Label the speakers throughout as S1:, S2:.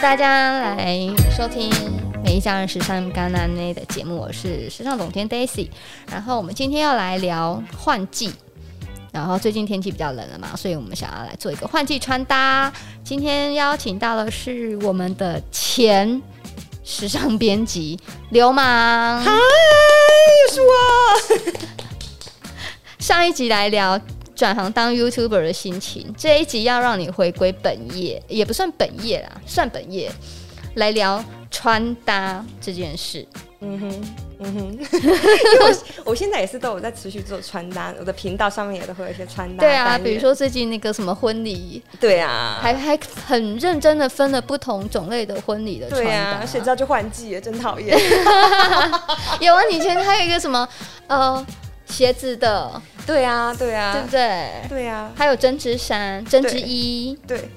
S1: 大家来收听《每一家人时尚干男内》的节目，我是时尚总监 Daisy。然后我们今天要来聊换季，然后最近天气比较冷了嘛，所以我们想要来做一个换季穿搭。今天邀请到的是我们的前时尚编辑流氓。
S2: 嗨，又是我。
S1: 上一集来聊转行当 YouTuber 的心情，这一集要让你回归本业，也不算本业啦，算本业，来聊穿搭这件事。
S2: 嗯哼，嗯哼，因为我我现在也是都有在持续做穿搭，我的频道上面也都会有一些穿搭。
S1: 对啊，比如，说最近那个什么婚礼，
S2: 对啊，
S1: 还还很认真的分了不同种类的婚礼的穿
S2: 对啊，
S1: 搭。
S2: 而且知道就换季了，真讨厌。
S1: 有啊，你以前还有一个什么呃鞋子的，
S2: 对啊，对啊，
S1: 对不对？
S2: 对啊，
S1: 还有针织衫、针织
S2: 对
S1: 衣，
S2: 对。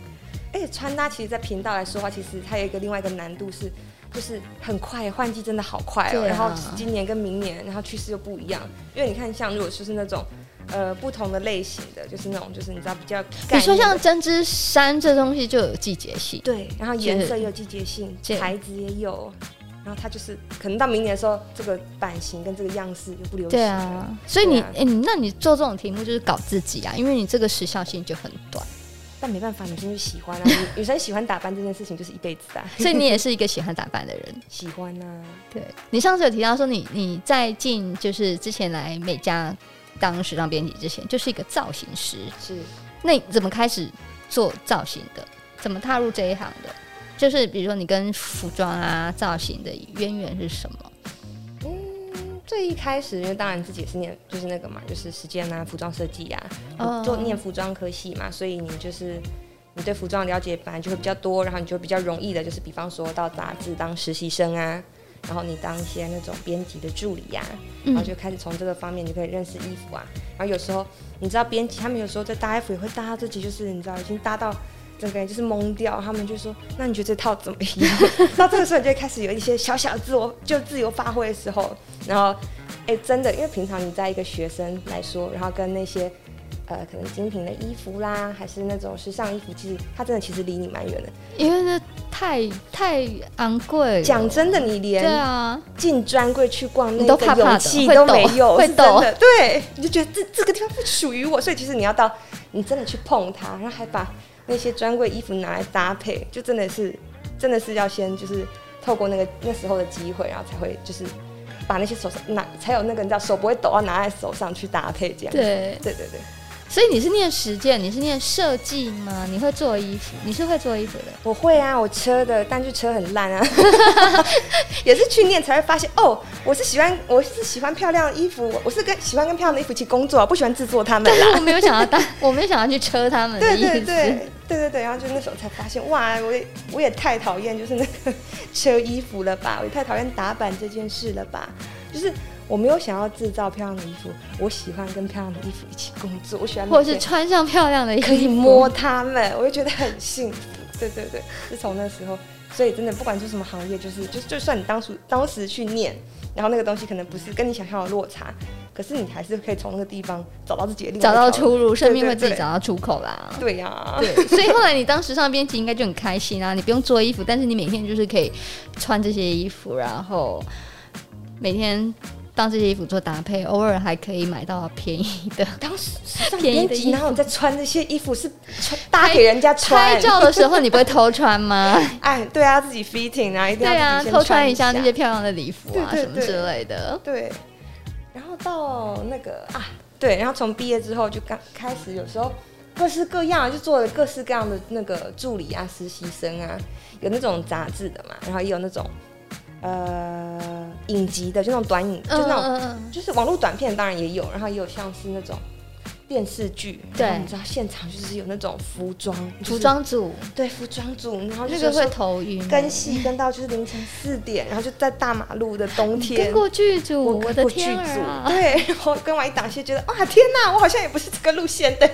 S2: 而且穿搭其实，在频道来说的话，其实它有一个另外一个难度是，就是很快换季真的好快哦、
S1: 对啊
S2: 然后今年跟明年，然后趋势又不一样。因为你看，像如果就是那种呃不同的类型的，就是那种就是你知道比较概
S1: 你说
S2: 念的
S1: 像针织衫这东西就有季节性，
S2: 对，然后
S1: 就
S2: 颜
S1: 是
S2: 色也有季节性，
S1: 对
S2: 材质也有，然后它就是可能到明年的时候，这个版型跟这个样式又不流行
S1: 对
S2: 了。
S1: 啊，所以你、
S2: 对啊
S1: 诶你那你做这种题目就是搞自己啊，因为你这个时效性就很短，
S2: 但没办法，女生就喜欢啊，女女 生喜欢打扮这件事情就是一辈子啊，
S1: 所以你也是一个喜欢打扮的人。
S2: 喜欢啊。
S1: 对你上次有提到说你你在进就是之前来美家当时尚编辑之前，就是一个造型师，
S2: 是，
S1: 那你怎么开始做造型的？怎么踏入这一行的？就是比如说你跟服装啊、造型的渊源是什么？
S2: 嗯，最一开始因为当然自己也是念就是那个嘛，就是时间啊，服装设计啊，
S1: 哦
S2: 我做念服装科系嘛，所以你就是。你对服装了解本来就会比较多，然后你就比较容易的，就是比方说到杂志当实习生啊，然后你当一些那种编辑的助理呀、然后就开始从这个方面，你就可以认识衣服啊。然后有时候你知道编辑他们有时候在搭衣服也会搭到自己，就是你知道已经搭到整个人就是懵掉，他们就说：“那你觉得这套怎么样？” 到这个时候你就会开始有一些小小的自我就自由发挥的时候，然后哎、真的，因为平常你在一个学生来说，然后跟那些。呃，可能精品的衣服啦，还是那种时尚衣服，其实它真的其实离你蛮远的。
S1: 因为那太太昂贵了，
S2: 讲真的，你连
S1: 对啊，
S2: 进专柜去逛
S1: 你
S2: 那
S1: 都
S2: 个
S1: 怕怕的
S2: 勇气
S1: 会
S2: 都
S1: 抖
S2: 没有，
S1: 会
S2: 是真
S1: 抖
S2: 的。对，你就觉得这这个地方不属于我，所以其实你要到你真的去碰它，然后还把那些专柜衣服拿来搭配，就真的是真的是要先就是透过那个那时候的机会，然后才会就是把那些手上拿才有那个你知道手不会抖，要拿在手上去搭配这样。
S1: 对。
S2: 对对对，
S1: 所以你是念实践，你是念设计吗？你会做衣服，你是会做衣服的。
S2: 我会啊，我车的，但就车很 烂啊，也是去念才会发现哦，我是喜欢我是喜欢漂亮的衣服，我是跟喜欢跟漂亮的衣服一起工作，不喜欢制作它们啦。
S1: 我没有想要 当，我没有想要去车他们的
S2: 对
S1: 意思。
S2: 对对对对对，然后就那时候才发现，哇，我也我也太讨厌就是那个车衣服了吧，我也太讨厌打板这件事了吧，就是我没有想要制造漂亮的衣服，我喜欢跟漂亮的衣服一起工作，我喜欢
S1: 或
S2: 每
S1: 者是
S2: 天
S1: 穿上漂亮 的衣服，
S2: 可以摸它们， 我就觉得很幸福。对对对，自从那时候，所以真的不管做什么行业，就是就就算你当初当时去念，然后那个东西可能不是跟你想象的落差，可是你还是可以从那个地方找到自己的另外
S1: 找
S2: 一
S1: 到
S2: 条
S1: 出路，生命
S2: 对
S1: 会
S2: 对
S1: 自己
S2: 对
S1: 找到出口啦。
S2: 对呀、
S1: 对，所以后来你当时尚编辑应该就很开心啊，你不用做衣服，但是你每天就是可以穿这些衣服，然后每天当这些衣服做搭配，偶尔还可以买到便宜的。
S2: 当时时尚
S1: 便宜
S2: 编
S1: 的衣
S2: 辑哪有在穿这些衣服是穿搭给人家
S1: 拍
S2: 穿？
S1: 照的时候你不会偷穿吗？
S2: 哎，对啊，自己 fitting 啊，一定
S1: 对
S2: 要
S1: 啊，
S2: 自己先
S1: 偷穿
S2: 一
S1: 一下那些漂亮的礼服啊
S2: 对对
S1: 什么之类的。
S2: 对，然后到那个啊，对，然后从毕业之后就刚开始，有时候各式各样就做了各式各样的那个助理啊、实习生啊，有那种杂志的嘛，然后也有那种呃影集的，就那种短影，就那种、
S1: 嗯嗯
S2: 就是网络短片当然也有，然后也有像是那种。电视剧，
S1: 对
S2: 然后你知道现场就是有那种服装，
S1: 嗯
S2: 就是
S1: 服装组
S2: 对服装组，然后就
S1: 那
S2: 是
S1: 个会
S2: 说
S1: 头晕，
S2: 跟戏跟到就是凌晨四点，然后就在大马路的 冬天
S1: 跟，过剧组，我
S2: 跟
S1: 的
S2: 过
S1: 天
S2: 剧组
S1: 儿 啊！
S2: 对，然后跟完一档戏，觉得哇天哪，我好像也不是这个路线的，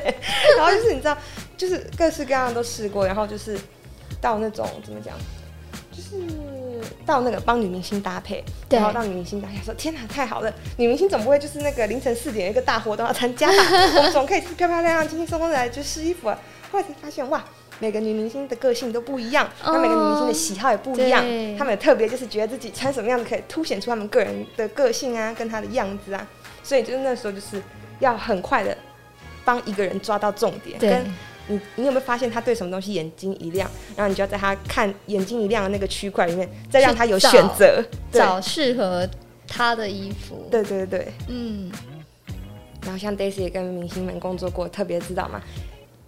S2: 然后就是你知道，就是各式各样的都试过，然后就是到那种怎么讲，就是到那个帮女明星搭配，
S1: 对
S2: 然后让女明星搭配，说天哪太好了，女明星总不会就是那个凌晨四点有一个大活动要参加吧，我们总可以漂漂亮亮、轻轻松松的来就试衣服啊，后来才发现哇。每个女明星的个性都不一样，
S1: 哦
S2: 那、每个女明星的喜好也不一样
S1: 对，
S2: 她们有特别就是觉得自己穿什么样子可以凸显出她们个人的个性啊，跟她的样子啊，所以就是那时候就是要很快的帮一个人抓到重点，
S1: 对
S2: 跟你你有没有发现他对什么东西眼睛一亮，然后你就要在他看眼睛一亮的那个区块里面，再让他有
S1: 去找
S2: 选择，对
S1: 找适合他的衣服。，
S2: 对对对对。
S1: 嗯，
S2: 然后像 Daisy 也跟明星们工作过，特别知道嘛。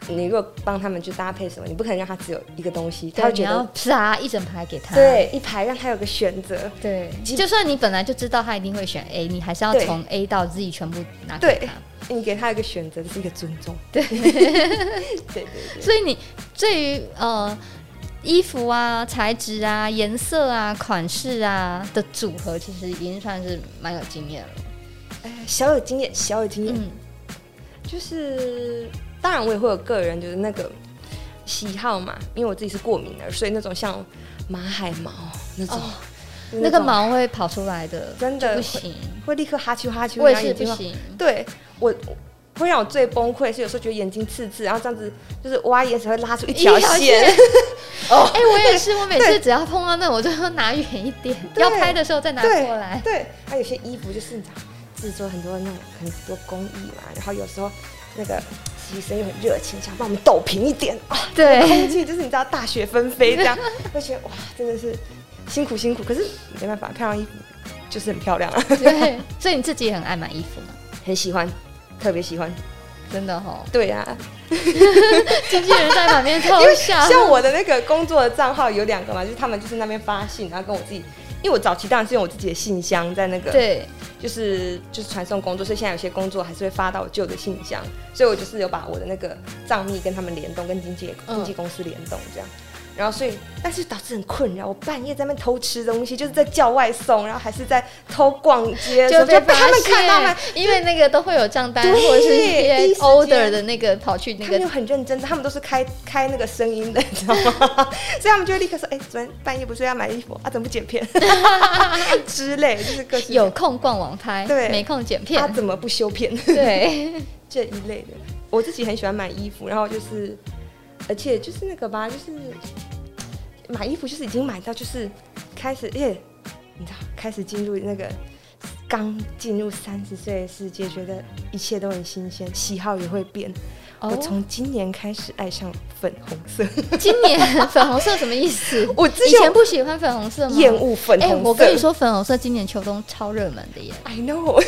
S2: 你如果帮他们去搭配什么，你不可能让他只有一个东西，他
S1: 对，
S2: 会
S1: 你
S2: 觉
S1: 要
S2: 得
S1: 啪一整排给他。
S2: 对一排让他有个选择。
S1: 对，就算你本来就知道他一定会选 A，你还是要
S2: 对
S1: 从 A 到 Z 全部拿给
S2: 对
S1: 他。
S2: 你给他一个选择，这是一个尊重。
S1: 对
S2: 对对对，
S1: 所以你对于呃衣服啊、材质啊、颜色啊、款式啊的组合，其实已经算是蛮有经验了。
S2: 哎小有经验，小有经验。
S1: 嗯，
S2: 就是当然我也会有个人就是那个喜好嘛，因为我自己是过敏的，所以那种像马海毛那种，
S1: 哦
S2: 就是
S1: 那个
S2: 种
S1: 毛会跑出来的，
S2: 真的
S1: 不
S2: 会
S1: 行，
S2: 会立刻哈啾哈啾，
S1: 我也
S2: 然后
S1: 是
S2: 眼睛
S1: 不
S2: 会
S1: 行。
S2: 对我我会让我最崩溃，是有时候觉得眼睛刺刺，然后这样子就是挖眼屎会拉出一条
S1: 一条
S2: 线。 哦，
S1: 哎、我也是，我每次只要碰到那，我就要拿远一点，
S2: 对
S1: 要拍的时候再拿过来。
S2: 对，还有些衣服就是你知道制作很多那种很多工艺嘛，然后有时候那个实习生又很热情，想帮我们抖平一点啊，空
S1: 对，
S2: 气就是你知道大雪纷 飞这样，会觉得哇，真的是辛苦辛苦，可是没办法，漂亮衣服就是很漂 亮啊，
S1: 对，所以你自己也很爱买衣服嘛？
S2: 很喜欢，特别喜欢。
S1: 真的哦，
S2: 对啊，
S1: 经纪人在旁边偷
S2: 因为
S1: 笑。
S2: 像我的那个工作的账号有两个嘛，就是他们就是那边发信，然后跟我自己，因为我早期当然是用我自己的信箱在那个，
S1: 对，
S2: 就是就是传送工作，所以现在有些工作还是会发到我旧的信箱，所以我就是有把我的那个账密跟他们联动，跟经纪
S1: 嗯
S2: 经纪公司联动这样。然后，所以，但是导致很困扰。我半夜在那边偷吃东西，就是在叫外送，然后还是在偷逛街的时候，
S1: 就
S2: 就
S1: 被
S2: 被他们看到
S1: 吗
S2: 嘛。？
S1: 因为那个都会有账单，
S2: 对
S1: 或者是一
S2: 第
S1: 些
S2: 一时间
S1: order 的那个跑去那
S2: 他们
S1: 个
S2: 又很认真，他们都是开开那个声音的，你知道吗？ 所以他们就会立刻说：“哎、昨天半夜不是要买衣服啊？怎么不剪片 之类？就是各式
S1: 有空逛网拍，
S2: 对
S1: 没空剪片
S2: 他、，怎么不修片
S1: 对，
S2: 这一类的。”我自己很喜欢买衣服，然后就是，而且就是那个吧，就是买衣服就是已经买到就是开始，耶，你知道，开始进入那个。刚进入三十岁的世界，觉得一切都很新鲜，喜好也会变。我
S1: 哦，
S2: 从今年开始爱上粉红 色。
S1: 今年粉红色什么意思？
S2: 我之
S1: 以
S2: 前
S1: 前不喜欢粉红色吗？
S2: 厌恶粉
S1: 哎、
S2: 红色。
S1: 我跟你说，粉红色今年秋冬超热门的耶。
S2: ，I know，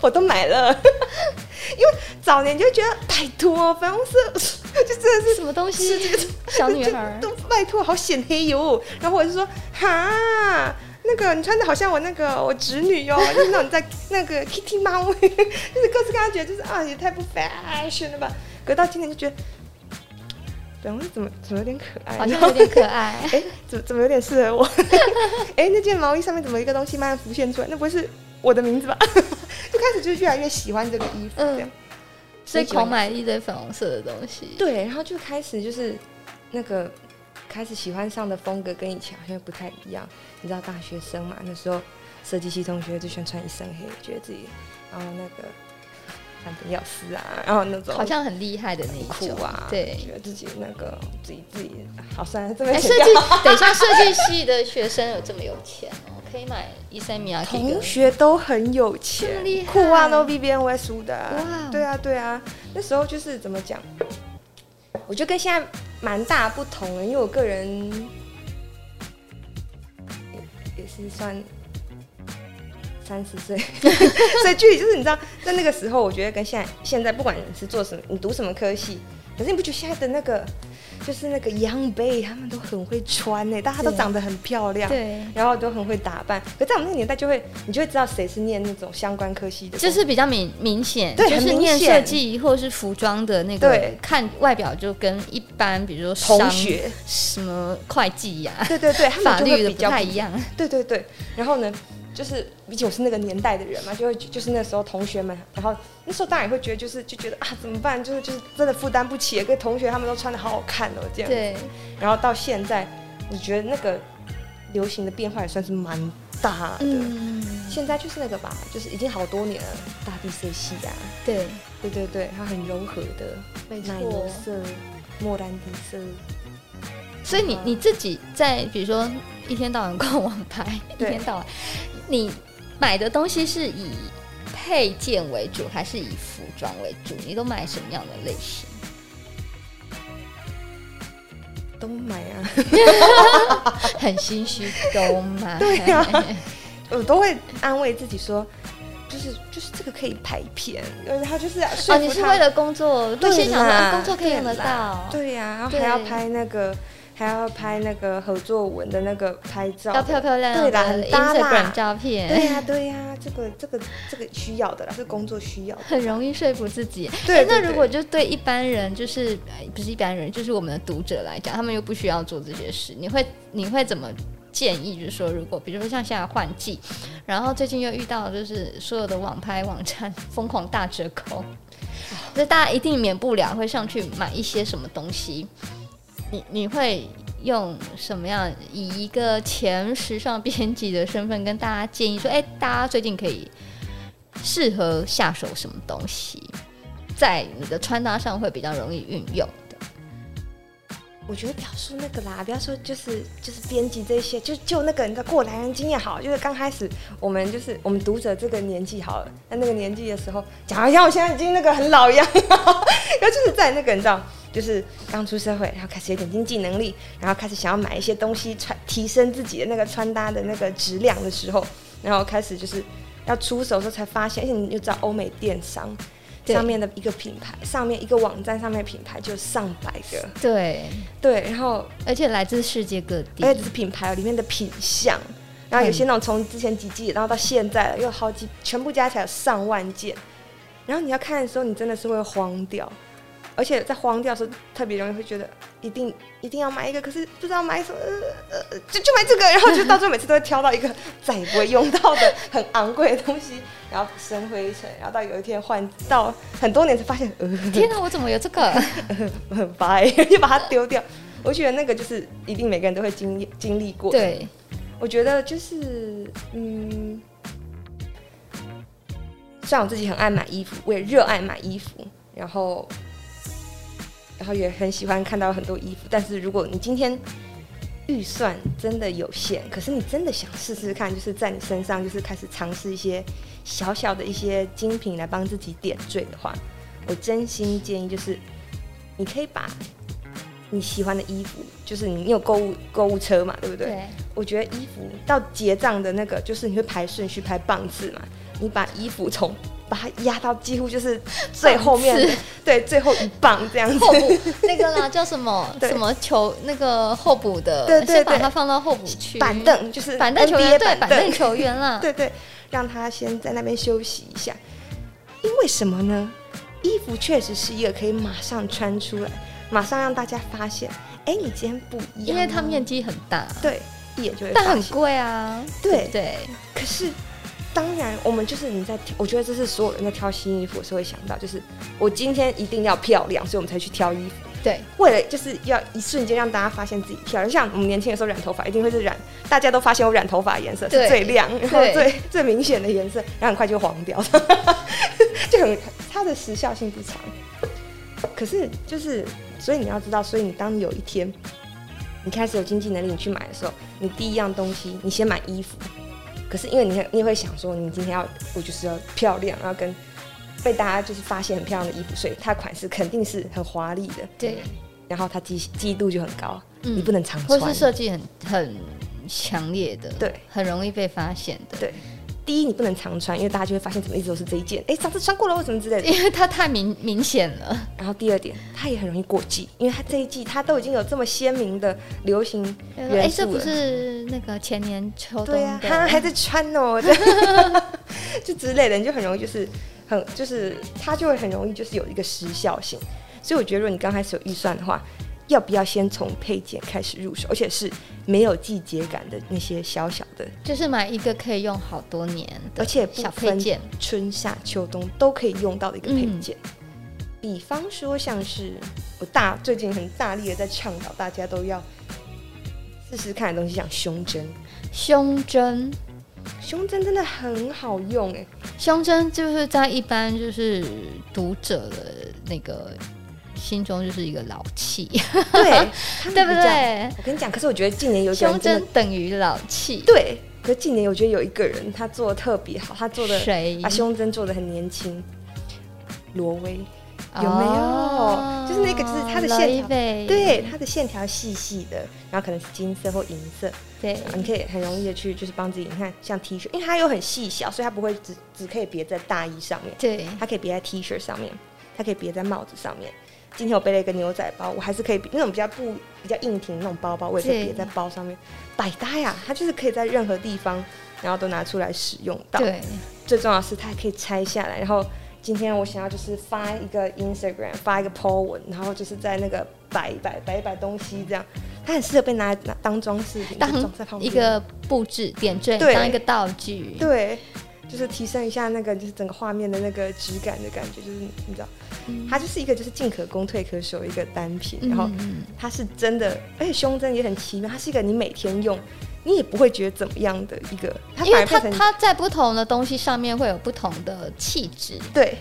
S2: 我都买了， 因为早年就觉得拜托粉红色 就真的是。
S1: 什么东西？小女孩儿
S2: 就都拜托，好显黑哟。然后我就说，哈，那个你穿的好像我那个我侄女 哟、就是那种在那个 Kitty 猫， 就是各式各样觉得就是啊，也太不 fashion 了吧。可到今年就觉得，粉红色怎么怎么有点可爱，啊
S1: 好像有点可爱。
S2: 哎、怎么怎么有点适合我？ 哎、那件毛衣上面怎么有一个东西慢慢浮现出来？那不会是我的名字吧？ 就开始就越来越喜欢这个衣服，这样、
S1: 嗯所以狂买一堆粉红色的东西。
S2: 对，然后就开始就是那个开始喜欢上的风格跟以前好像不太一样。你知道大学生嘛，那时候设计系同学就喜欢穿一身黑，觉得自己然后那个反正要死啊，然后那种
S1: 好像很厉害的那一种
S2: 酷啊，
S1: 对。
S2: 觉得自己那个自己自己好算了，这
S1: 哎、
S2: 边
S1: 设
S2: 剪
S1: 计
S2: 掉。，
S1: 等一下，设计系的学生有这么有钱哦，可以买伊塞米亚给
S2: 同
S1: 个
S2: 学都很有钱
S1: 这么厉，害
S2: 库啊都比别人会输的、
S1: 哇
S2: 啊。对啊，对啊，那时候就是怎么讲，我觉得跟现在蛮大不同的，因为我个人也也是算三十 岁，所以距离就是你知道，在那个时候，我觉得跟现在现在不管你是做什么，你读什么科系，可是你不觉得现在的那个就是那个 Young Bay 他们都很会穿呢、大家都
S1: 对
S2: 长得很漂亮。
S1: 对，
S2: 然后都很会打扮。可在我们那个年代，就会你就会知道谁是念那种相关科系的，
S1: 就是比较明明显，
S2: 对
S1: 就
S2: 很
S1: 是
S2: 明
S1: 念设
S2: 显
S1: 计或是服装的那个
S2: 对，
S1: 看外表就跟一般，比如说
S2: 同
S1: 商
S2: 学。
S1: 什么会计呀、
S2: 对对对，他
S1: 法
S2: 们就
S1: 律
S2: 会
S1: 的
S2: 比
S1: 不
S2: 较
S1: 太一样。
S2: 对对对。然后呢，就是毕竟我是那个年代的人嘛，就会就是那时候同学们，然后那时候当然也会觉得就是就觉得啊怎么办，就是就是真的负担不起，跟同学他们都穿的好好看哦这样。。
S1: 对，
S2: 然后到现在，我觉得那个流行的变化也算是蛮大的。
S1: 嗯，
S2: 现在就是那个吧，就是已经好多年了，大地色系啊，
S1: 对，
S2: 对对对，它很柔和的
S1: 没
S2: 奶油色，莫兰迪色。
S1: 所以你你自己在比如说一天到晚逛网拍，一
S2: 对
S1: 天到晚，你买的东西是以配件为主，还是以服装为主？你都买什么样的类型？
S2: 都买啊，
S1: 很心虚，都买。
S2: 对 啊 我都会安慰自己说，就是就是这个可以排片，然后就是说
S1: 哦，
S2: 服
S1: 你是
S2: 他
S1: 为了工作，
S2: 对
S1: 会先想到
S2: 啦
S1: 工作可以用得
S2: 对啦
S1: 到，
S2: 对呀、然后
S1: 对
S2: 还要拍那个，还要拍那个合作文的那个拍照，
S1: 要漂漂亮亮
S2: 对啦
S1: 的
S2: 很搭啦
S1: Instagram 照片，
S2: 对呀、对呀、这个这个这个需要的啦，是工作需要的。
S1: 很容易说服自己。啊
S2: 对
S1: 诶
S2: 对
S1: 哎那
S2: 对
S1: 如果就对一般人，就是呃不是一般人，就是我们的读者来讲，他们又不需要做这些事，你会你会怎么建议？就是说，如果比如说像现在换季，然后最近又遇到就是所有的网拍网站疯狂大折扣，所以大家一定免不了会上去买一些什么东西。你你会用什么样以一个前时尚编辑的身份跟大家建议说，哎、大家最近可以适合下手什么东西？在你的穿搭上会比较容易运用的。
S2: 我觉得不要说那个啦，不要说就是就是编辑这些，就就那个你知道过来人经验好，就是刚开始我们就是我们读者这个年纪好了，在那个年纪的时候，讲好像我现在已经那个很老一样，然后 就是在那个你知道，就是刚出社会，然后开始有点经济能力，然后开始想要买一些东西穿提升自己的那个穿搭的那个质量的时候，然后开始就是要出手的时候才发现，而且你就知道欧美电商。
S1: 对
S2: 上面的一个品牌，上面一个网站上面的品牌就上百个，
S1: 对，
S2: 对，然后
S1: 而且来自世界各地
S2: 而。且这是品牌里面的品相，然后有些那种从之前几季，然后到现在又好几，全部加起来有上万件。然后你要看的时候，你真的是会慌掉，而且在慌掉的时候，特别容易会觉得一定一定要买一个，可是不知道买什么，呃呃，就就买这个，然后就到最后每次都会挑到一个再也不会用到的很昂贵的东西，然后生灰尘，然后到有一天换到很多年才发现，呃，
S1: 天哪，我怎么有这个？
S2: 很白， 就把它丢掉。我觉得那个就是一定每个人都会经历经历过 的，
S1: 对，
S2: 我觉得就是，嗯，虽然我自己很爱买衣服，我也热爱买衣服，然后，然后也很喜欢看到很多衣服，但是如果你今天预算真的有限，可是你真的想试试看，就是在你身上就是开始尝试一些小小的一些精品来帮自己点缀的话，我真心建议就是，你可以把你喜欢的衣服，就是你你有购物购物车嘛，对不
S1: 对，
S2: 我觉得衣服到结账的那个，就是你会排顺序排棒次嘛，你把衣服从把它压到几 乎就是最后面的
S1: 棒，
S2: 对，最后一棒这样子。
S1: 后补那个啦，叫什 么
S2: 对
S1: 什么球那个候补的，
S2: 对对
S1: 是把
S2: 对
S1: 它放到候补区
S2: 板，凳就是
S1: 板凳球
S2: NBA
S1: 员对板
S2: 板
S1: 凳球员 啦，
S2: 对对，让他先在那边休息一下。因为什么呢？衣服确实是一个可以马上穿出来，马上让大家发现，哎，你今天不一样哦。
S1: 因为它面积很大，
S2: 对一眼就会发
S1: 但
S2: 现，
S1: 很贵啊，
S2: 对
S1: 不对，
S2: 可是，当然，我们就是你在挑，我觉得这是所有人在挑新衣服的时候会想到，就是我今天一定要漂亮，所以我们才去挑衣服。
S1: 对，
S2: 为了就是要一瞬间让大家发现自己漂亮，像我们年轻的时候染头发，一定会是染，大家都发现我染头发的颜色
S1: 对
S2: 是最亮，然后
S1: 对
S2: 最最明显的颜色，然后很快就黄掉， 就很它的时效性不长。可是就是，所以你要知道，所以你当你有一天你开始有经济能力，你去买的时候，你第一样东西，你先买衣服。可是因为你很你也会想说，你今天要我就是要漂亮，然后跟被大家就是发现很漂亮的衣服，所以它款式肯定是很华丽的。
S1: 对，
S2: 然后它记记忆度就很高，
S1: 嗯
S2: 你不能常
S1: 或
S2: 穿。
S1: 是设计很很强烈的，
S2: 对，
S1: 很容易被发现的，
S2: 对第一，你不能常穿，因为大家就会发现怎么一直都是这一件，哎，上次穿过了或什么之类的。
S1: 因为它太明明显了。
S2: 然后第二点，它也很容易过季，因为它这一季它都已经有这么鲜明的流行
S1: 哎、诶
S2: 元
S1: 这
S2: 素
S1: 不
S2: 了。
S1: 是那个前年秋冬
S2: 对呀、
S1: 的，
S2: 他还在穿 哦，这就之类的，你就很容易就是很就是它就会很容易就是有一个时效性。所以我觉得，如果你刚开始有预算的话，要不要先从配件开始入手，而且是没有季节感的那些小小的
S1: 就是买一个可以用好多年的
S2: 而且不
S1: 小配
S2: 分
S1: 件，
S2: 春夏秋冬都可以用到的一
S1: 嗯
S2: 个配件。比方说，像是我大最近很大力的在倡导大家都要试试看的东西，像胸针，
S1: 胸针，
S2: 胸针真的很好 用哎，
S1: 胸针就是在一般就是读者的那个心中就是一个老气，
S2: 对，他们
S1: 对不
S2: 比较？
S1: 对？
S2: 我跟你讲，可是我觉得近年有一个
S1: 胸
S2: 人真
S1: 针
S2: 的
S1: 等于老气，
S2: 对，可是近年我觉得有一个人他做的特别好，他做的
S1: 谁
S2: 把胸针做的很年轻，罗威。
S1: 有
S2: 有没有
S1: 哦
S2: 就是那个就是它的线条
S1: 对
S2: 对，它的线条细细的，然后可能是金色或银色，
S1: 对
S2: 然后你可以很容易的去就是帮自己，你看像 T 恤，因为它又很细小，所以它不会只只可以别在大衣上面，
S1: 对，
S2: 它可以别在 T 恤上面，它可以别在帽子上面。今天我背了一个牛仔包，我还是可以那种比较不比较硬挺的那种包包，我也可以
S1: 对
S2: 别在包上面，百搭呀！它就是可以在任何地方，然后都拿出来使用到。
S1: 对，
S2: 最重要的是它还可以拆下来，然后今天我想要就是发一个 Instagram，发一个 po 文，然后就是在那个摆一摆摆一摆东西这样，它很适合被拿来拿当装饰品，
S1: 当
S2: 就装在旁
S1: 一
S2: 边
S1: 个布置点缀，
S2: 对
S1: 当一个道具，
S2: 对。就是提升一下那个，就是整个画面的那个质感的感觉，就是你知道，
S1: 嗯
S2: 它就是一个就是进可攻退可守的一个单品，
S1: 嗯
S2: 然后它是真的，而且胸针也很奇妙，它是一个你每天用，你也不会觉得怎么样的一个，它
S1: 因为
S2: 反而
S1: 它
S2: 变成
S1: 它在不同的东西上面会有不同的气质，
S2: 对，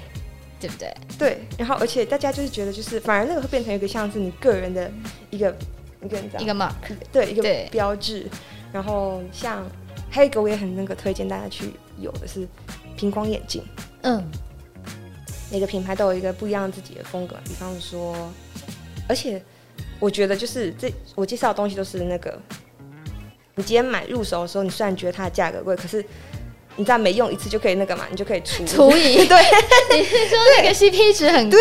S1: 对不对？
S2: 对，然后而且大家就是觉得，就是反而那个会变成一个像是你个人的一个一个你知道
S1: 一个 mark，
S2: 对一个
S1: 对
S2: 标志。然后像还有一个我也很那个推荐大家去有的是平光眼镜，
S1: 嗯，
S2: 每个品牌都有一个不一样自己的风格。比方说，而且我觉得就是这我介绍的东西都是那个，你今天买入手的时候，你虽然觉得它的价格贵，可是你知道每用一次就可以那个嘛，你就可以除
S1: 除以
S2: 对
S1: 你是说那个 CP 值很高？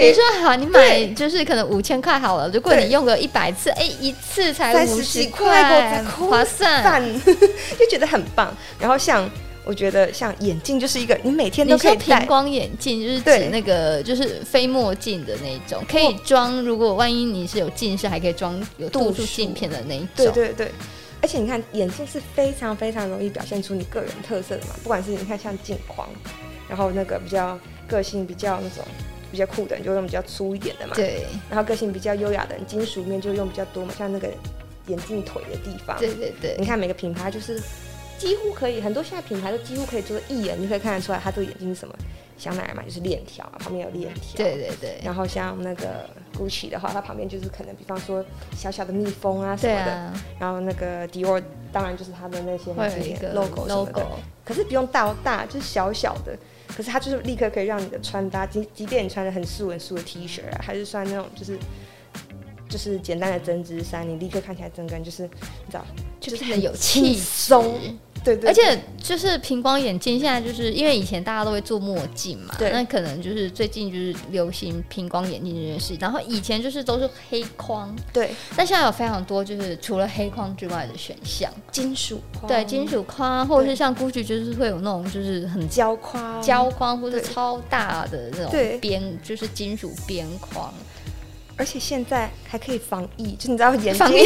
S1: 你 说好，你买就是可能五千块好了，如果你
S2: 对
S1: 用个一百次，哎，一次才
S2: 30
S1: 五十
S2: 几块50块
S1: 划算。
S2: 赞， 就觉得很棒。然后像我觉得像眼镜就是一个你每天
S1: 你
S2: 都可
S1: 说
S2: 以
S1: 平
S2: 戴，
S1: 光眼镜就是指
S2: 对
S1: 那个就是非墨镜的那一种，可以装。如果万一你是有近视，还可以装有度数
S2: 度数
S1: 镜片的那一种。
S2: 对对对。而且你看，眼镜是非常非常容易表现出你个人特色的嘛，不管是你看像镜框，然后那个比较个性比较那种比较酷的，你就用比较粗一点的嘛，
S1: 对
S2: 然后个性比较优雅的，金属面就用比较多嘛，像那个眼镜腿的地方，
S1: 对对对
S2: 你看每个品牌就是几乎可以，很多现在品牌都几乎可以做一眼，你就可以看得出来它这个眼镜是什么。香奈儿嘛，就是链条，旁边有链条，
S1: 对对对
S2: 然后像那个 GUCCI 的话，它旁边就是可能比方说小小的蜜蜂啊什
S1: 对
S2: 么的，
S1: 啊，
S2: 然后那个 Dior 当然就是它的那些
S1: 会
S2: 很
S1: 有
S2: 经
S1: 一
S2: 典
S1: 个
S2: 的 logo 什么的
S1: logo，
S2: 可是不用到大，就是小小的，可是它就是立刻可以让你的穿搭，即即便你穿的很素很素的 T 恤啊，还是穿那种就是。就是简单的针织衫，你立刻看起来整个人就是，你知道，
S1: 就
S2: 就是
S1: 变得有
S2: 很
S1: 气
S2: 轻
S1: 质
S2: 松。对对，
S1: 而且就是平光眼镜，现在就是因为以前大家都会做墨镜嘛，
S2: 对
S1: 那可能就是最近就是流行平光眼镜这件事。然后以前就是都是黑框，
S2: 对
S1: 但现在有非常多就是除了黑框之外的选项，
S2: 金属框，
S1: 对金属框啊，或者是像 GUCCI 就是会有那种就是很
S2: 胶框，
S1: 胶框或者
S2: 对
S1: 超大的那种
S2: 对
S1: 边，就是金属边框。
S2: 而且现在还可以防疫，就你知道眼
S1: 防
S2: 睛
S1: 疫，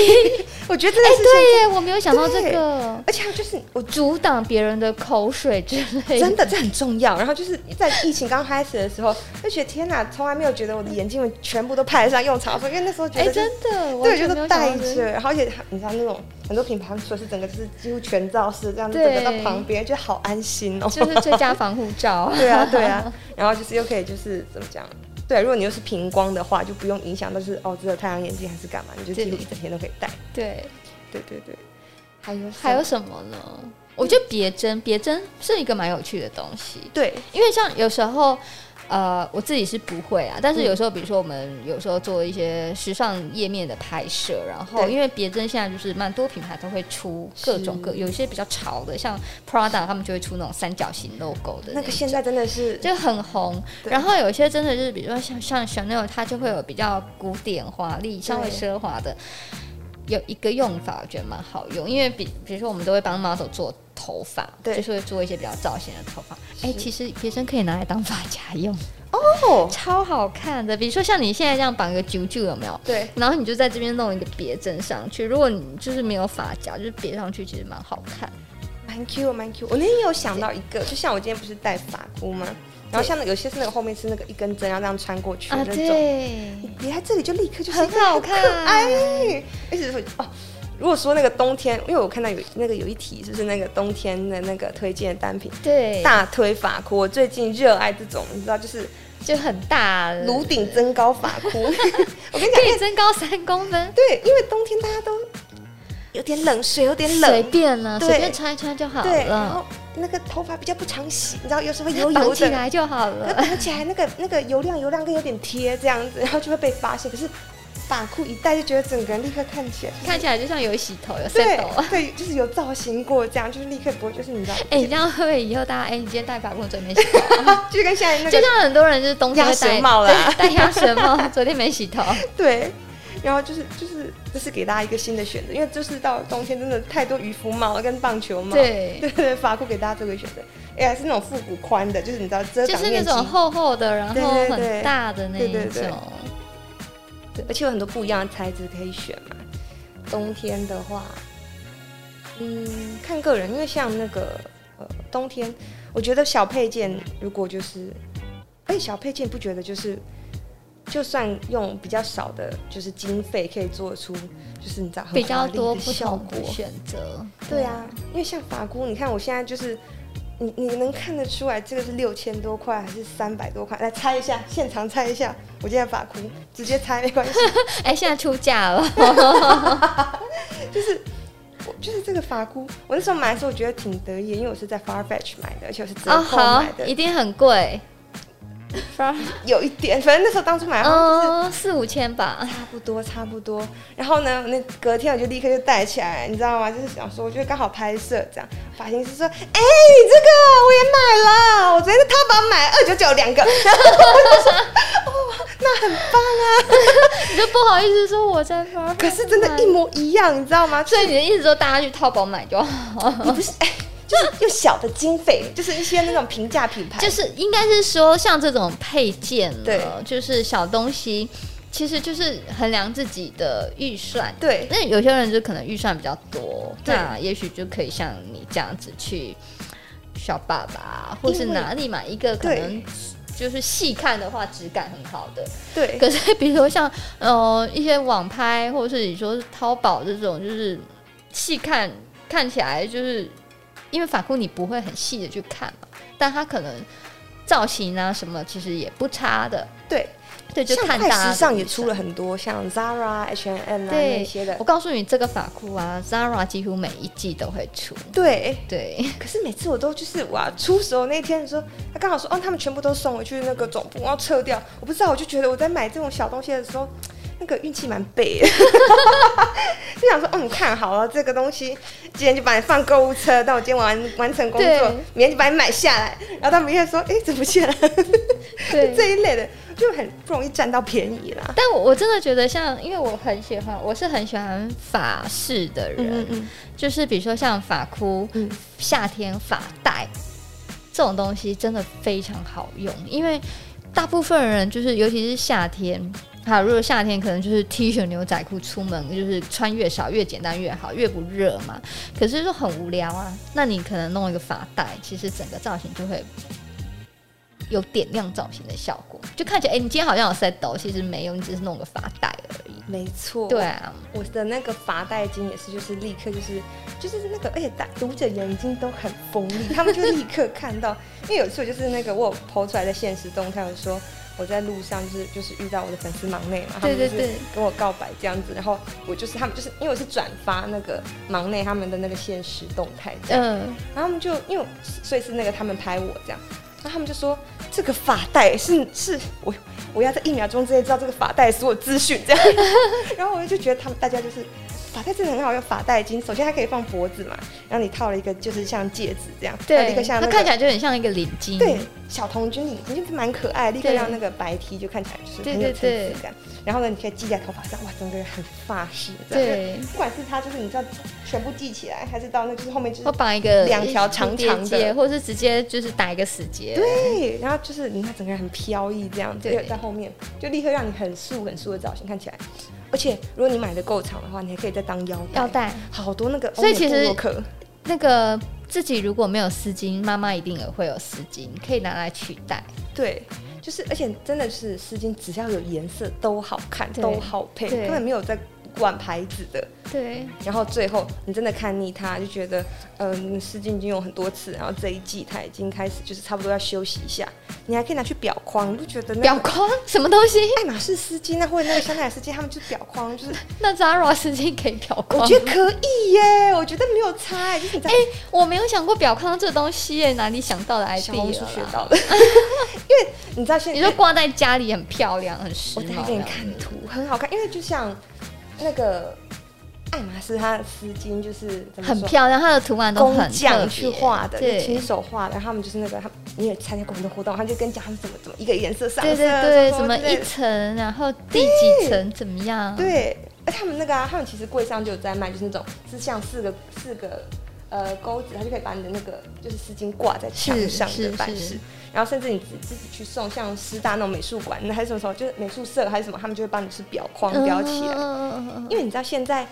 S2: 我觉得真的是现在，
S1: 哎对耶，我没有想到这个，
S2: 而且还有就是我
S1: 阻挡别人的口水之类
S2: 真
S1: 的。
S2: 的这很重要。然后就是在疫情刚开始的时候，就觉得天哪，从来没有觉得我的眼镜全部都派得上用场，因为那时候觉
S1: 哎、
S2: 得就、
S1: 真的，完
S2: 对，
S1: 全
S2: 就
S1: 没
S2: 是
S1: 有想到
S2: 戴
S1: 这个
S2: 着，然后而且你知道那种很多品牌说是整个就是几乎全罩式这样子，整
S1: 对
S2: 个到旁边，就好安心哦。。
S1: 就是最佳防护罩
S2: 对啊，对啊，然后就是又可以就是怎么讲？对，如果你又是平光的话，就不用影响到就是哦，只有太阳眼镜还是干嘛，你就几乎
S1: 对
S2: 一整天都可以戴。
S1: 对，
S2: 对对对，还有
S1: 还有
S2: 什么
S1: 什么呢？我觉得别针，别针是一个蛮有趣的东西，
S2: 对
S1: 因为像有时候。呃，我自己是不会啊，
S2: 嗯
S1: 但是有时候，比如说我们有时候做一些时尚页面的拍摄，然后
S2: 对
S1: 因为别针现在就是蛮多品牌都会出各种各，
S2: 是
S1: 有一些比较潮的，像 Prada 他们就会出那种三角形 logo 的
S2: 那
S1: 种
S2: 个现在真的是
S1: 就很红。
S2: 对
S1: 然后有一些真的就是，比如说像像 Chanel，它就会有比较古典华丽、稍微奢华的。有一个用法，我觉得蛮好用，因为比比如说我们都会帮 model 做头发，
S2: 对
S1: 就是会做一些比较造型的头发。哎、
S2: 是
S1: 其实别针可以拿来当发夹 用，
S2: 哦，
S1: 超好看的。比如说像你现在这样绑个揪揪，有没有？
S2: 对，
S1: 然后你就在这边弄一个别针上去。如果你就是没有发夹，就是别上去，其实蛮好看。
S2: 蛮 Q 蛮 Q，我那天有想到一个，就像我今天不是戴发箍吗？然后像那有些是那个后面是那个一根针要这样穿过去的
S1: 啊，
S2: 那种，
S1: 对，
S2: 别在这里就立刻就是一
S1: 很
S2: 个
S1: 好看，
S2: 哎，而且是哦，如果说那个冬天，因为我看到有那个有一题就是那个冬天的那个推荐的单品
S1: 对，
S2: 大推发箍，我最近热爱这种，你知道就是。
S1: 就很大，
S2: 颅顶增高法裤。 我跟
S1: 可
S2: 你讲，因
S1: 以
S2: 为
S1: 增高三公分，
S2: 对，因为冬天大家都有点冷，水有点
S1: 随
S2: 冷，
S1: 便了，
S2: 对
S1: 随便穿一穿就好
S2: 对，然
S1: 了
S2: 后，那个头发比较不常洗，你知道有时候会油
S1: 绑
S2: 油
S1: 起
S2: 的，
S1: 来就好
S2: 那
S1: 了。
S2: 绑起来那个那个油亮油亮跟有点贴这样子，然后就会被发现。可是法裤一戴就觉得整个人立刻看起来就是
S1: 看起来就像有洗头，有 set 头啊
S2: 对。对，就是有造型过这样，就是立刻不会，就是你知道，
S1: 哎、你这样会不会以后大家哎、你今天戴发箍，昨天没洗 头啊、
S2: 就跟现在那
S1: 就
S2: 个
S1: 像很多人就是冬天
S2: 鸭
S1: 会
S2: 舌
S1: 戴
S2: 帽啦，
S1: 戴鸭舌帽， 昨天没洗 头，
S2: 对。然后就是就是这是给大家一个新的选择，因为就是到冬天真的太多渔夫帽跟棒球帽，
S1: 对，
S2: 对对，法裤给大家做个选择。哎，还是那种复古宽的，就是你知道遮
S1: 就
S2: 挡
S1: 是那
S2: 面积，
S1: 种厚厚的，然
S2: 对
S1: 后
S2: 对对
S1: 很大的那一种。
S2: 对对对对而且有很多不一样的材质可以选嘛。冬天的话，嗯，看个人，因为像那个呃，冬天我觉得小配件如果就是，哎，小配件不觉得就是，就算用比较少的，就是经费可以做出，就是你知道很
S1: 比较
S2: 华丽的
S1: 多不
S2: 效
S1: 同
S2: 果
S1: 的。选择。
S2: 对啊，因为像法箍，你看我现在就是。你你能看得出来这个是六千多块还是三百多块？来猜一下，现场猜一下。我今天法箍直接猜没关系。
S1: 嗯，哎、现在出价 了，
S2: 我就是这个发箍，我那时候买的时候我觉得挺得意的，因为我是在 Farfetch 买的，而且我是折
S1: 哦，
S2: 扣
S1: 好
S2: 买，的，
S1: 一定很贵。
S2: 有一点，反正那时候当初买的话就是
S1: 嗯，四五千吧。
S2: 差不多差不多。然后呢，那隔天我就立刻就戴起来，你知道吗？就是想说，我就刚好拍摄这样，发型师说：“哎、你这个我也买了，我昨天在淘宝买二九九两个。” 然后 哦
S1: 你就不好意思说我在发，
S2: 啊可是真的，一模一样，你知道吗？
S1: 所以你的意思说大家去淘宝买就好，
S2: 你不是哎、就是用小的经费，就是一些那种平价品牌，
S1: 就是应该是说像这种配件了，
S2: 对
S1: 就是小东西，其实就是衡量自己的预算。
S2: 对
S1: 那有些人就可能预算比较多，
S2: 对
S1: 那也许就可以像你这样子去小爸爸，或是
S2: 因为
S1: 哪里买一个可
S2: 对
S1: 能就是细看的话质感很好的，
S2: 对
S1: 可是比如说像呃一些网拍，或者是你说是淘宝这种，就是细看看起来就是因为法裤你不会很细的去看嘛，但它可能造型啊什么其实也不差的，
S2: 对。
S1: 对，就
S2: 像
S1: 看
S2: 快
S1: 大家
S2: 时
S1: 的
S2: 尚也
S1: 预
S2: 出
S1: 算
S2: 了很多，像 Zara、H&M 啊
S1: 对
S2: 那些的
S1: 我。告诉你，这个法裤啊，Zara 几乎每一季都会出。
S2: 对，
S1: 对，
S2: 可是每次我都就是我要出手那天的时候，他刚好说，哦，他们全部都送回去那个总部，我要撤掉。我不知道，我就觉得我在买这种小东西的时候，那个运气蛮背的，就想说，哦，你看好了这个东西，今天就把你放购物车，但我今天完完成工
S1: 对
S2: 作，明天就把你买下来。然后他明天说，哎、怎么下来？
S1: 对
S2: 这一类的就很不容易占到便宜啦。
S1: 但我我真的觉得像，因为我很喜欢，我是很喜欢法式的人，
S2: 嗯嗯
S1: 就是比如说像发箍、
S2: 嗯
S1: 夏天发带这种东西，真的非常好用，因为大部分人就是尤其是夏天。好，如果夏天可能就是 T 恤、牛仔裤出门，就是穿越少越简单越好，越不热嘛。可是就很无聊啊，那你可能弄一个发带，其实整个造型就会有点亮造型的效果，就看起来哎、诶你今天好像有 set 哦，其实没有，你只是弄个发带而已。
S2: 没错，
S1: 对啊，
S2: 我的那个罚带金也是，就是立刻就是就是那个，而且打读者眼睛都很锋利，他们就立刻看到。因为有一次我就是那个我有抛出来的现实动态，我说我在路上就是就是遇到我的粉丝忙内嘛，他们
S1: 对
S2: 就
S1: 对
S2: 是
S1: 对
S2: 跟我告白这样子，然后我就是他们就是因为我是转发那个忙内他们的那个现实动态这样，
S1: 嗯，
S2: 然后他们就因为我所以是那个他们拍我这样，然后他们就说这个发带是是我我要在一秒钟之内知道这个发带所有资讯 这样，然后我就觉得他们大家就是发带真的很好用，发带巾首先它可以放脖子嘛，然后你套了一个就是像戒指啊这样，然后
S1: 对
S2: 立刻，像、那
S1: 它
S2: 个、
S1: 看起来就很像一个领巾。
S2: 对小童军领巾就是蛮可爱，立刻
S1: 对
S2: 让那个白 T 就看起来就是很有
S1: 对对
S2: 层
S1: 对
S2: 次感，然后呢你可以系在头发上，哇整个人很发式这样，
S1: 对，
S2: 不管是它就是你知道全部系起来，还是到那就是后面就是
S1: 我绑一个
S2: 两条长长的
S1: 蝴蝶结或是直接就是打一个死结。
S2: 对，然后就是你看整个人很飘逸这样，子，
S1: 对
S2: 在后面就立刻让你很素很素的造型看起来。而且如果你买的够长的话，你还可以再当腰带。
S1: 腰带
S2: 好多那个欧
S1: 所以
S2: 美
S1: 其
S2: 部
S1: 实
S2: 落客，
S1: 那个自己如果没有丝巾，妈妈一定也会有丝巾，可以拿来取代。
S2: 对，就是而且真的是丝巾，只要有颜色都好看，
S1: 对
S2: 都好配，
S1: 对
S2: 根本没有在管牌子的，
S1: 对，
S2: 然后最后你真的看腻它，就觉得，嗯、你试镜已经有很多次，然后这一季它已经开始就是差不多要休息一下，你还可以拿去裱框，你不觉得那
S1: 表
S2: 个
S1: 框什么东西？
S2: 爱马仕丝巾啊，或者那个香奈儿丝巾，他们就是裱框，就是
S1: 那 Zara 丝巾可以表框吗？
S2: 我觉得可以
S1: 哦
S2: 耶，我觉得没有差耶，就是你在
S1: 哎、我没有想过表框这东西耶，哪里想到的 idea
S2: 小红书
S1: 啦
S2: 学到 的，因为你知道现
S1: 你
S2: 在
S1: 就挂在家里很漂亮，很时
S2: 我
S1: 髦这
S2: 再
S1: 样。
S2: 给你看图，很好看，因为就像那个爱马仕，它的丝巾就是怎么
S1: 很
S2: 说
S1: 漂亮，它的图案都
S2: 工
S1: 很特
S2: 匠
S1: 别
S2: 去画的，就亲
S1: 对。
S2: 手画的。然后他们就是那个，他们你也参加过很多活动，他就跟你讲他们怎么怎么一个颜色上
S1: 对
S2: 色，
S1: 对对，
S2: 什
S1: 什么
S2: 之类
S1: 一
S2: 的
S1: 层，然后第几层怎么样？，嗯
S2: 对。而他们那个啊，他们其实柜上就有在卖，就是那种是像四个四个呃钩子，它就可以把你的那个就是丝巾挂在墙
S1: 是
S2: 上的
S1: 是
S2: 摆
S1: 是
S2: 饰。然后甚至你自自己去送，像师大那种美术馆，那还是什么什么，就是美术社还是什么，他们就会帮你是裱框
S1: 嗯
S2: 裱起来。
S1: 来
S2: 因为你知道现在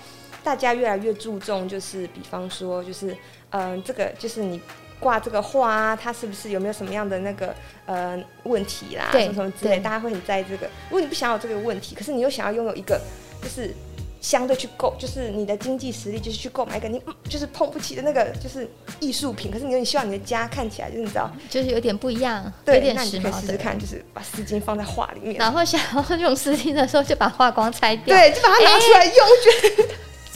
S2: 大家越来越注重，就是比方说，就是嗯、这个就是你挂这个画啊，它是不是有没有什么样的那个呃问题啦，
S1: 对
S2: 什么什么之类，
S1: 对
S2: 大家会很在意这个。如果你不想要有这个问题，可是你又想要拥有一个，就是。相对去购，就是你的经济实力，就是去购买一个你嗯就是碰不起的那个，就是艺术品。可是你又希望你的家看起来就是你知道，
S1: 就是有点不一样，有
S2: 对，
S1: 点
S2: 那你
S1: 时
S2: 就可以
S1: 髦
S2: 试试
S1: 的。
S2: 看，就是把丝巾放在画里面，
S1: 然后想要用丝巾的时候，就把画框拆掉，
S2: 对，就把它拿出来用，我觉得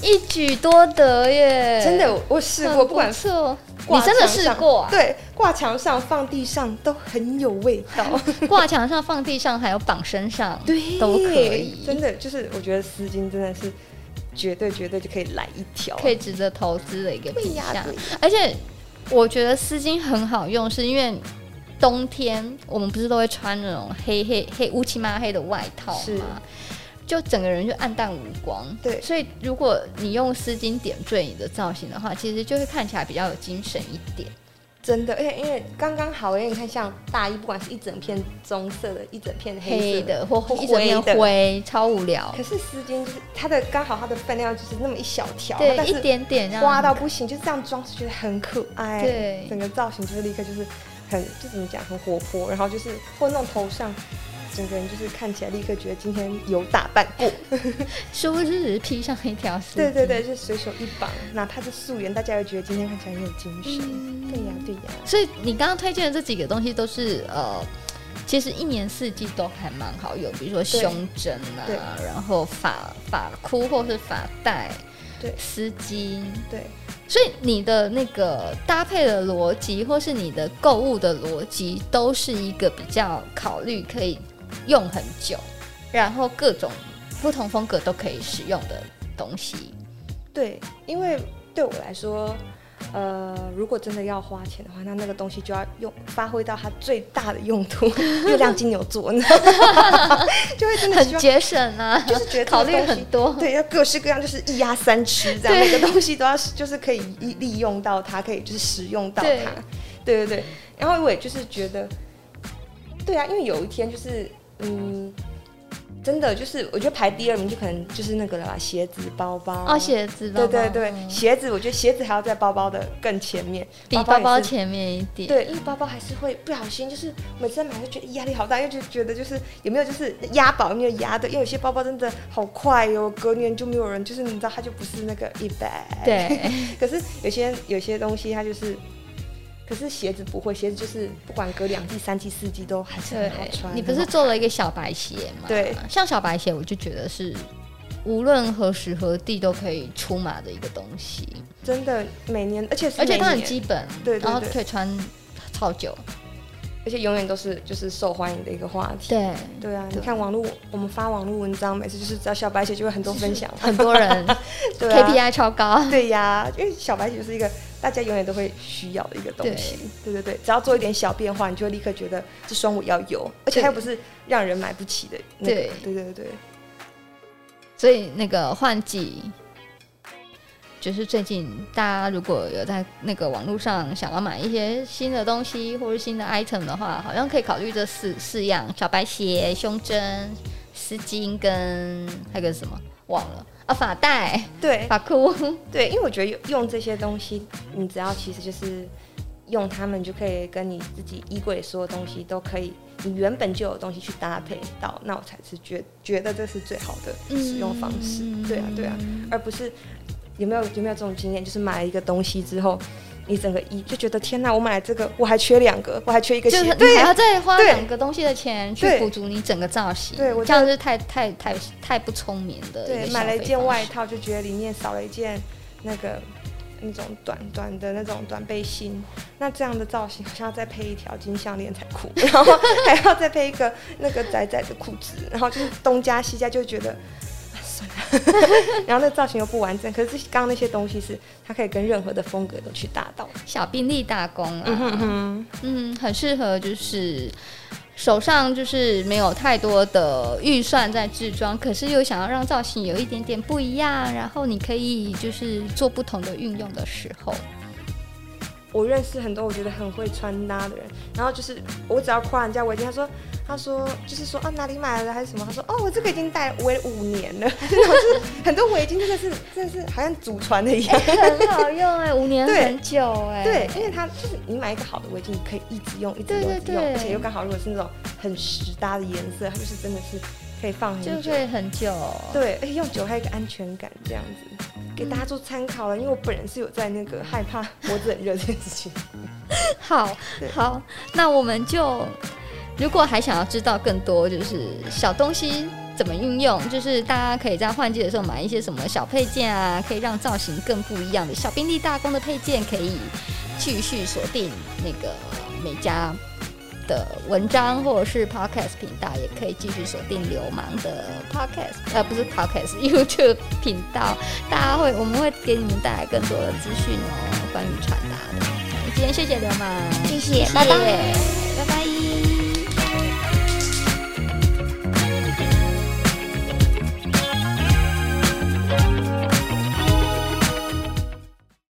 S1: 一举多得耶！
S2: 真的，我我试过，
S1: 很
S2: 不管
S1: 错，
S2: 挂
S1: 你真的
S2: 墙
S1: 试
S2: 上
S1: 过啊？
S2: 对，挂墙上、放地上都很有味道。
S1: 挂墙上、放地上，还有绑身上，
S2: 对
S1: 都可以，
S2: 真的就是我觉得丝巾真的是绝对绝对就可以来一条。
S1: 可以值得投资的一个
S2: 哦对
S1: 品
S2: 呀
S1: 项
S2: 对呀。
S1: 而且我觉得丝巾很好用，是因为冬天我们不是都会穿那种黑黑黑乌漆嘛黑的外套
S2: 是
S1: 吗？就整个人就暗淡无光。
S2: 对
S1: 所以如果你用丝巾点缀你的造型的话，其实就会看起来比较有精神一点。
S2: 真的，而且因为刚刚好，因为你看像大衣，不管是一整片棕色的，一整片黑色
S1: 黑的或或一整
S2: 灰
S1: 面
S2: 的
S1: 灰，超无 聊
S2: 可。是丝巾就是它的刚好它的分量就是那么一小条，
S1: 对，
S2: 但
S1: 一
S2: 是
S1: 点点让
S2: 花到不行，就这样装饰觉得很可爱。
S1: 对
S2: 整个造型就是立刻就是很就怎么讲很活泼，然后就是或弄头上，整个人就是看起来立刻觉得今天有打扮过。
S1: 哦殊不知只是披上一条丝巾。
S2: 对对对，就随手一绑，哪怕是素颜，大家也觉得今天看起来很有精神。
S1: 嗯
S2: 对呀对呀，
S1: 所以你刚刚推荐的这几个东西都是呃，其实一年四季都还蛮好用，比如说胸针
S2: 对
S1: 啊，然后发发箍或是发带，
S2: 对
S1: 丝巾。
S2: 对，
S1: 所以你的那个搭配的逻辑，或是你的购物的逻辑，都是一个比较考虑可以用很久，然后各种不同风格都可以使用的东西。
S2: 对，因为对我来说，呃，如果真的要花钱的话，那那个东西就要用发挥到它最大的用途。 月亮金牛座，你 知道吗就会真的
S1: 很
S2: 希望
S1: 节省啊，
S2: 就是觉得这 个
S1: 考虑
S2: 东西
S1: 很多。
S2: 对，要各式各样，就是一鸭三吃这样，每个东西都要就是可以利利用到它，可以就是使用到
S1: 对
S2: 它。对对对，然后我也就是觉得，对啊，因为有一天就是嗯。真的就是，我觉得排第二名就可能就是那个了啦，鞋子、包包。
S1: 哦，鞋子吧，
S2: 对对对，
S1: 嗯
S2: 鞋子，我觉得鞋子还要在包包的更前面，
S1: 比包包
S2: 也是
S1: 前面一点。
S2: 对，因为包包还是会不小心，就是每次买就觉得压力好大，又就觉得就是有没有就是押宝有没有押对，因为有些包包真的好快哟、隔年就没有人，就是你知道它就不是那个一百。。
S1: 对，
S2: 可是有些有些东西它就是，可是鞋子不会，鞋子就是不管隔两季、三季、四季都还是很好
S1: 对
S2: 穿。
S1: 你不
S2: 很
S1: 是
S2: 好
S1: 做了一个小白鞋吗？
S2: 对，
S1: 像小白鞋，我就觉得是无论何时何地都可以出马的一个东西，
S2: 真的每年，而且是
S1: 而且它
S2: 每
S1: 很
S2: 年
S1: 基本，
S2: 对对对
S1: 然后可以穿超久。
S2: 而且永远都是就是受欢迎的一个话题。
S1: 对，
S2: 对啊，你
S1: 对
S2: 看网络，我们发网络文章，每次就是只要小白鞋就会很多分享，
S1: 很多人
S2: 对啊
S1: KPI 超高。
S2: 对呀，因为小白鞋就是一个大家永远都会需要的一个东西。对对对，只要做一点小变化，你就会立刻觉得这双我要有，而且它又不是让人买不起的那个。对对对对，
S1: 所以那个换季，就是最近大家如果有在那个网络上想要买一些新的东西或是新的 item 的话，好像可以考虑这四四样：小白鞋、胸针、丝巾跟还有个什么忘了啊，发 带、
S2: 对
S1: 发嗯箍。
S2: 对，因为我觉得用这些东西，你只要其实就是用它们，就可以跟你自己衣柜所有东西都可以你原本就有东西去搭配到，那我才是觉觉得这是最好的使用方式。对啊，对啊，而不是有没有有没有这种经验，就是买了一个东西之后，你整个一就觉得天哪，我买了这个我还缺两个，我还缺一个
S1: 就是
S2: 鞋，
S1: 你
S2: 对
S1: 还要
S2: 啊，
S1: 再花
S2: 对
S1: 两个东西的钱去
S2: 对
S1: 补足你整个造型，
S2: 对我
S1: 这样是太太太太不聪明的一个
S2: 对，
S1: 消
S2: 买了一
S1: 费
S2: 件
S1: 方
S2: 外
S1: 式
S2: 套就觉得里面少了一件那个。嗯那种短短的那种短背心，那这样的造型好像要再配一条金项链才酷， 然后还要再配一个那个窄窄的裤子，然后就是东加西加，就觉得啊 然后那造型又不完整，可是刚刚那些东西是它可以跟任何的风格都去达到。
S1: 小兵力大功啊，
S2: 嗯哼哼，
S1: 嗯，很适合就是手上就是没有太多的预算在制装，可是又想要让造型有一点点不一样，然后你可以就是做不同的运用的时 候，
S2: 我认识很多我觉得很会穿搭的人，然后就是我只要夸人家围巾，他说他说就是说啊哪里买的还是什么，他说哦我这个已经戴了围了五年 了，然后就是很多围巾真的是真的是好像祖传的一样。
S1: 很好用哎、五年
S2: 对
S1: 很久哎、
S2: 对，因为它就是你买一个好的围巾，你可以一直用，一直
S1: 对
S2: 用，
S1: 对
S2: 一直用，
S1: 对
S2: 而且又刚好如果是那种很实搭的颜色，它就是真的是可以放很久
S1: 就。会很久。哦
S2: 对，而且用久还有一个安全感，这样子给大家做参考了。因为我本人是有在那个害怕脖子很热这件事情。
S1: 好
S2: 对
S1: 好，那我们就如果还想要知道更多，就是小东西怎么运用，就是大家可以在换季的时候买一些什么小配件啊，可以让造型更不一样的小兵力大功的配件，可以继续锁定那个美家。的文章或者是 podcast 频道，也可以继续锁定流氓的 podcast，呃，不是 podcast YouTube 频道，大家会我们会给你们带来更多的资讯哦，关于穿搭的。今天谢谢流氓，
S3: 谢谢拜拜。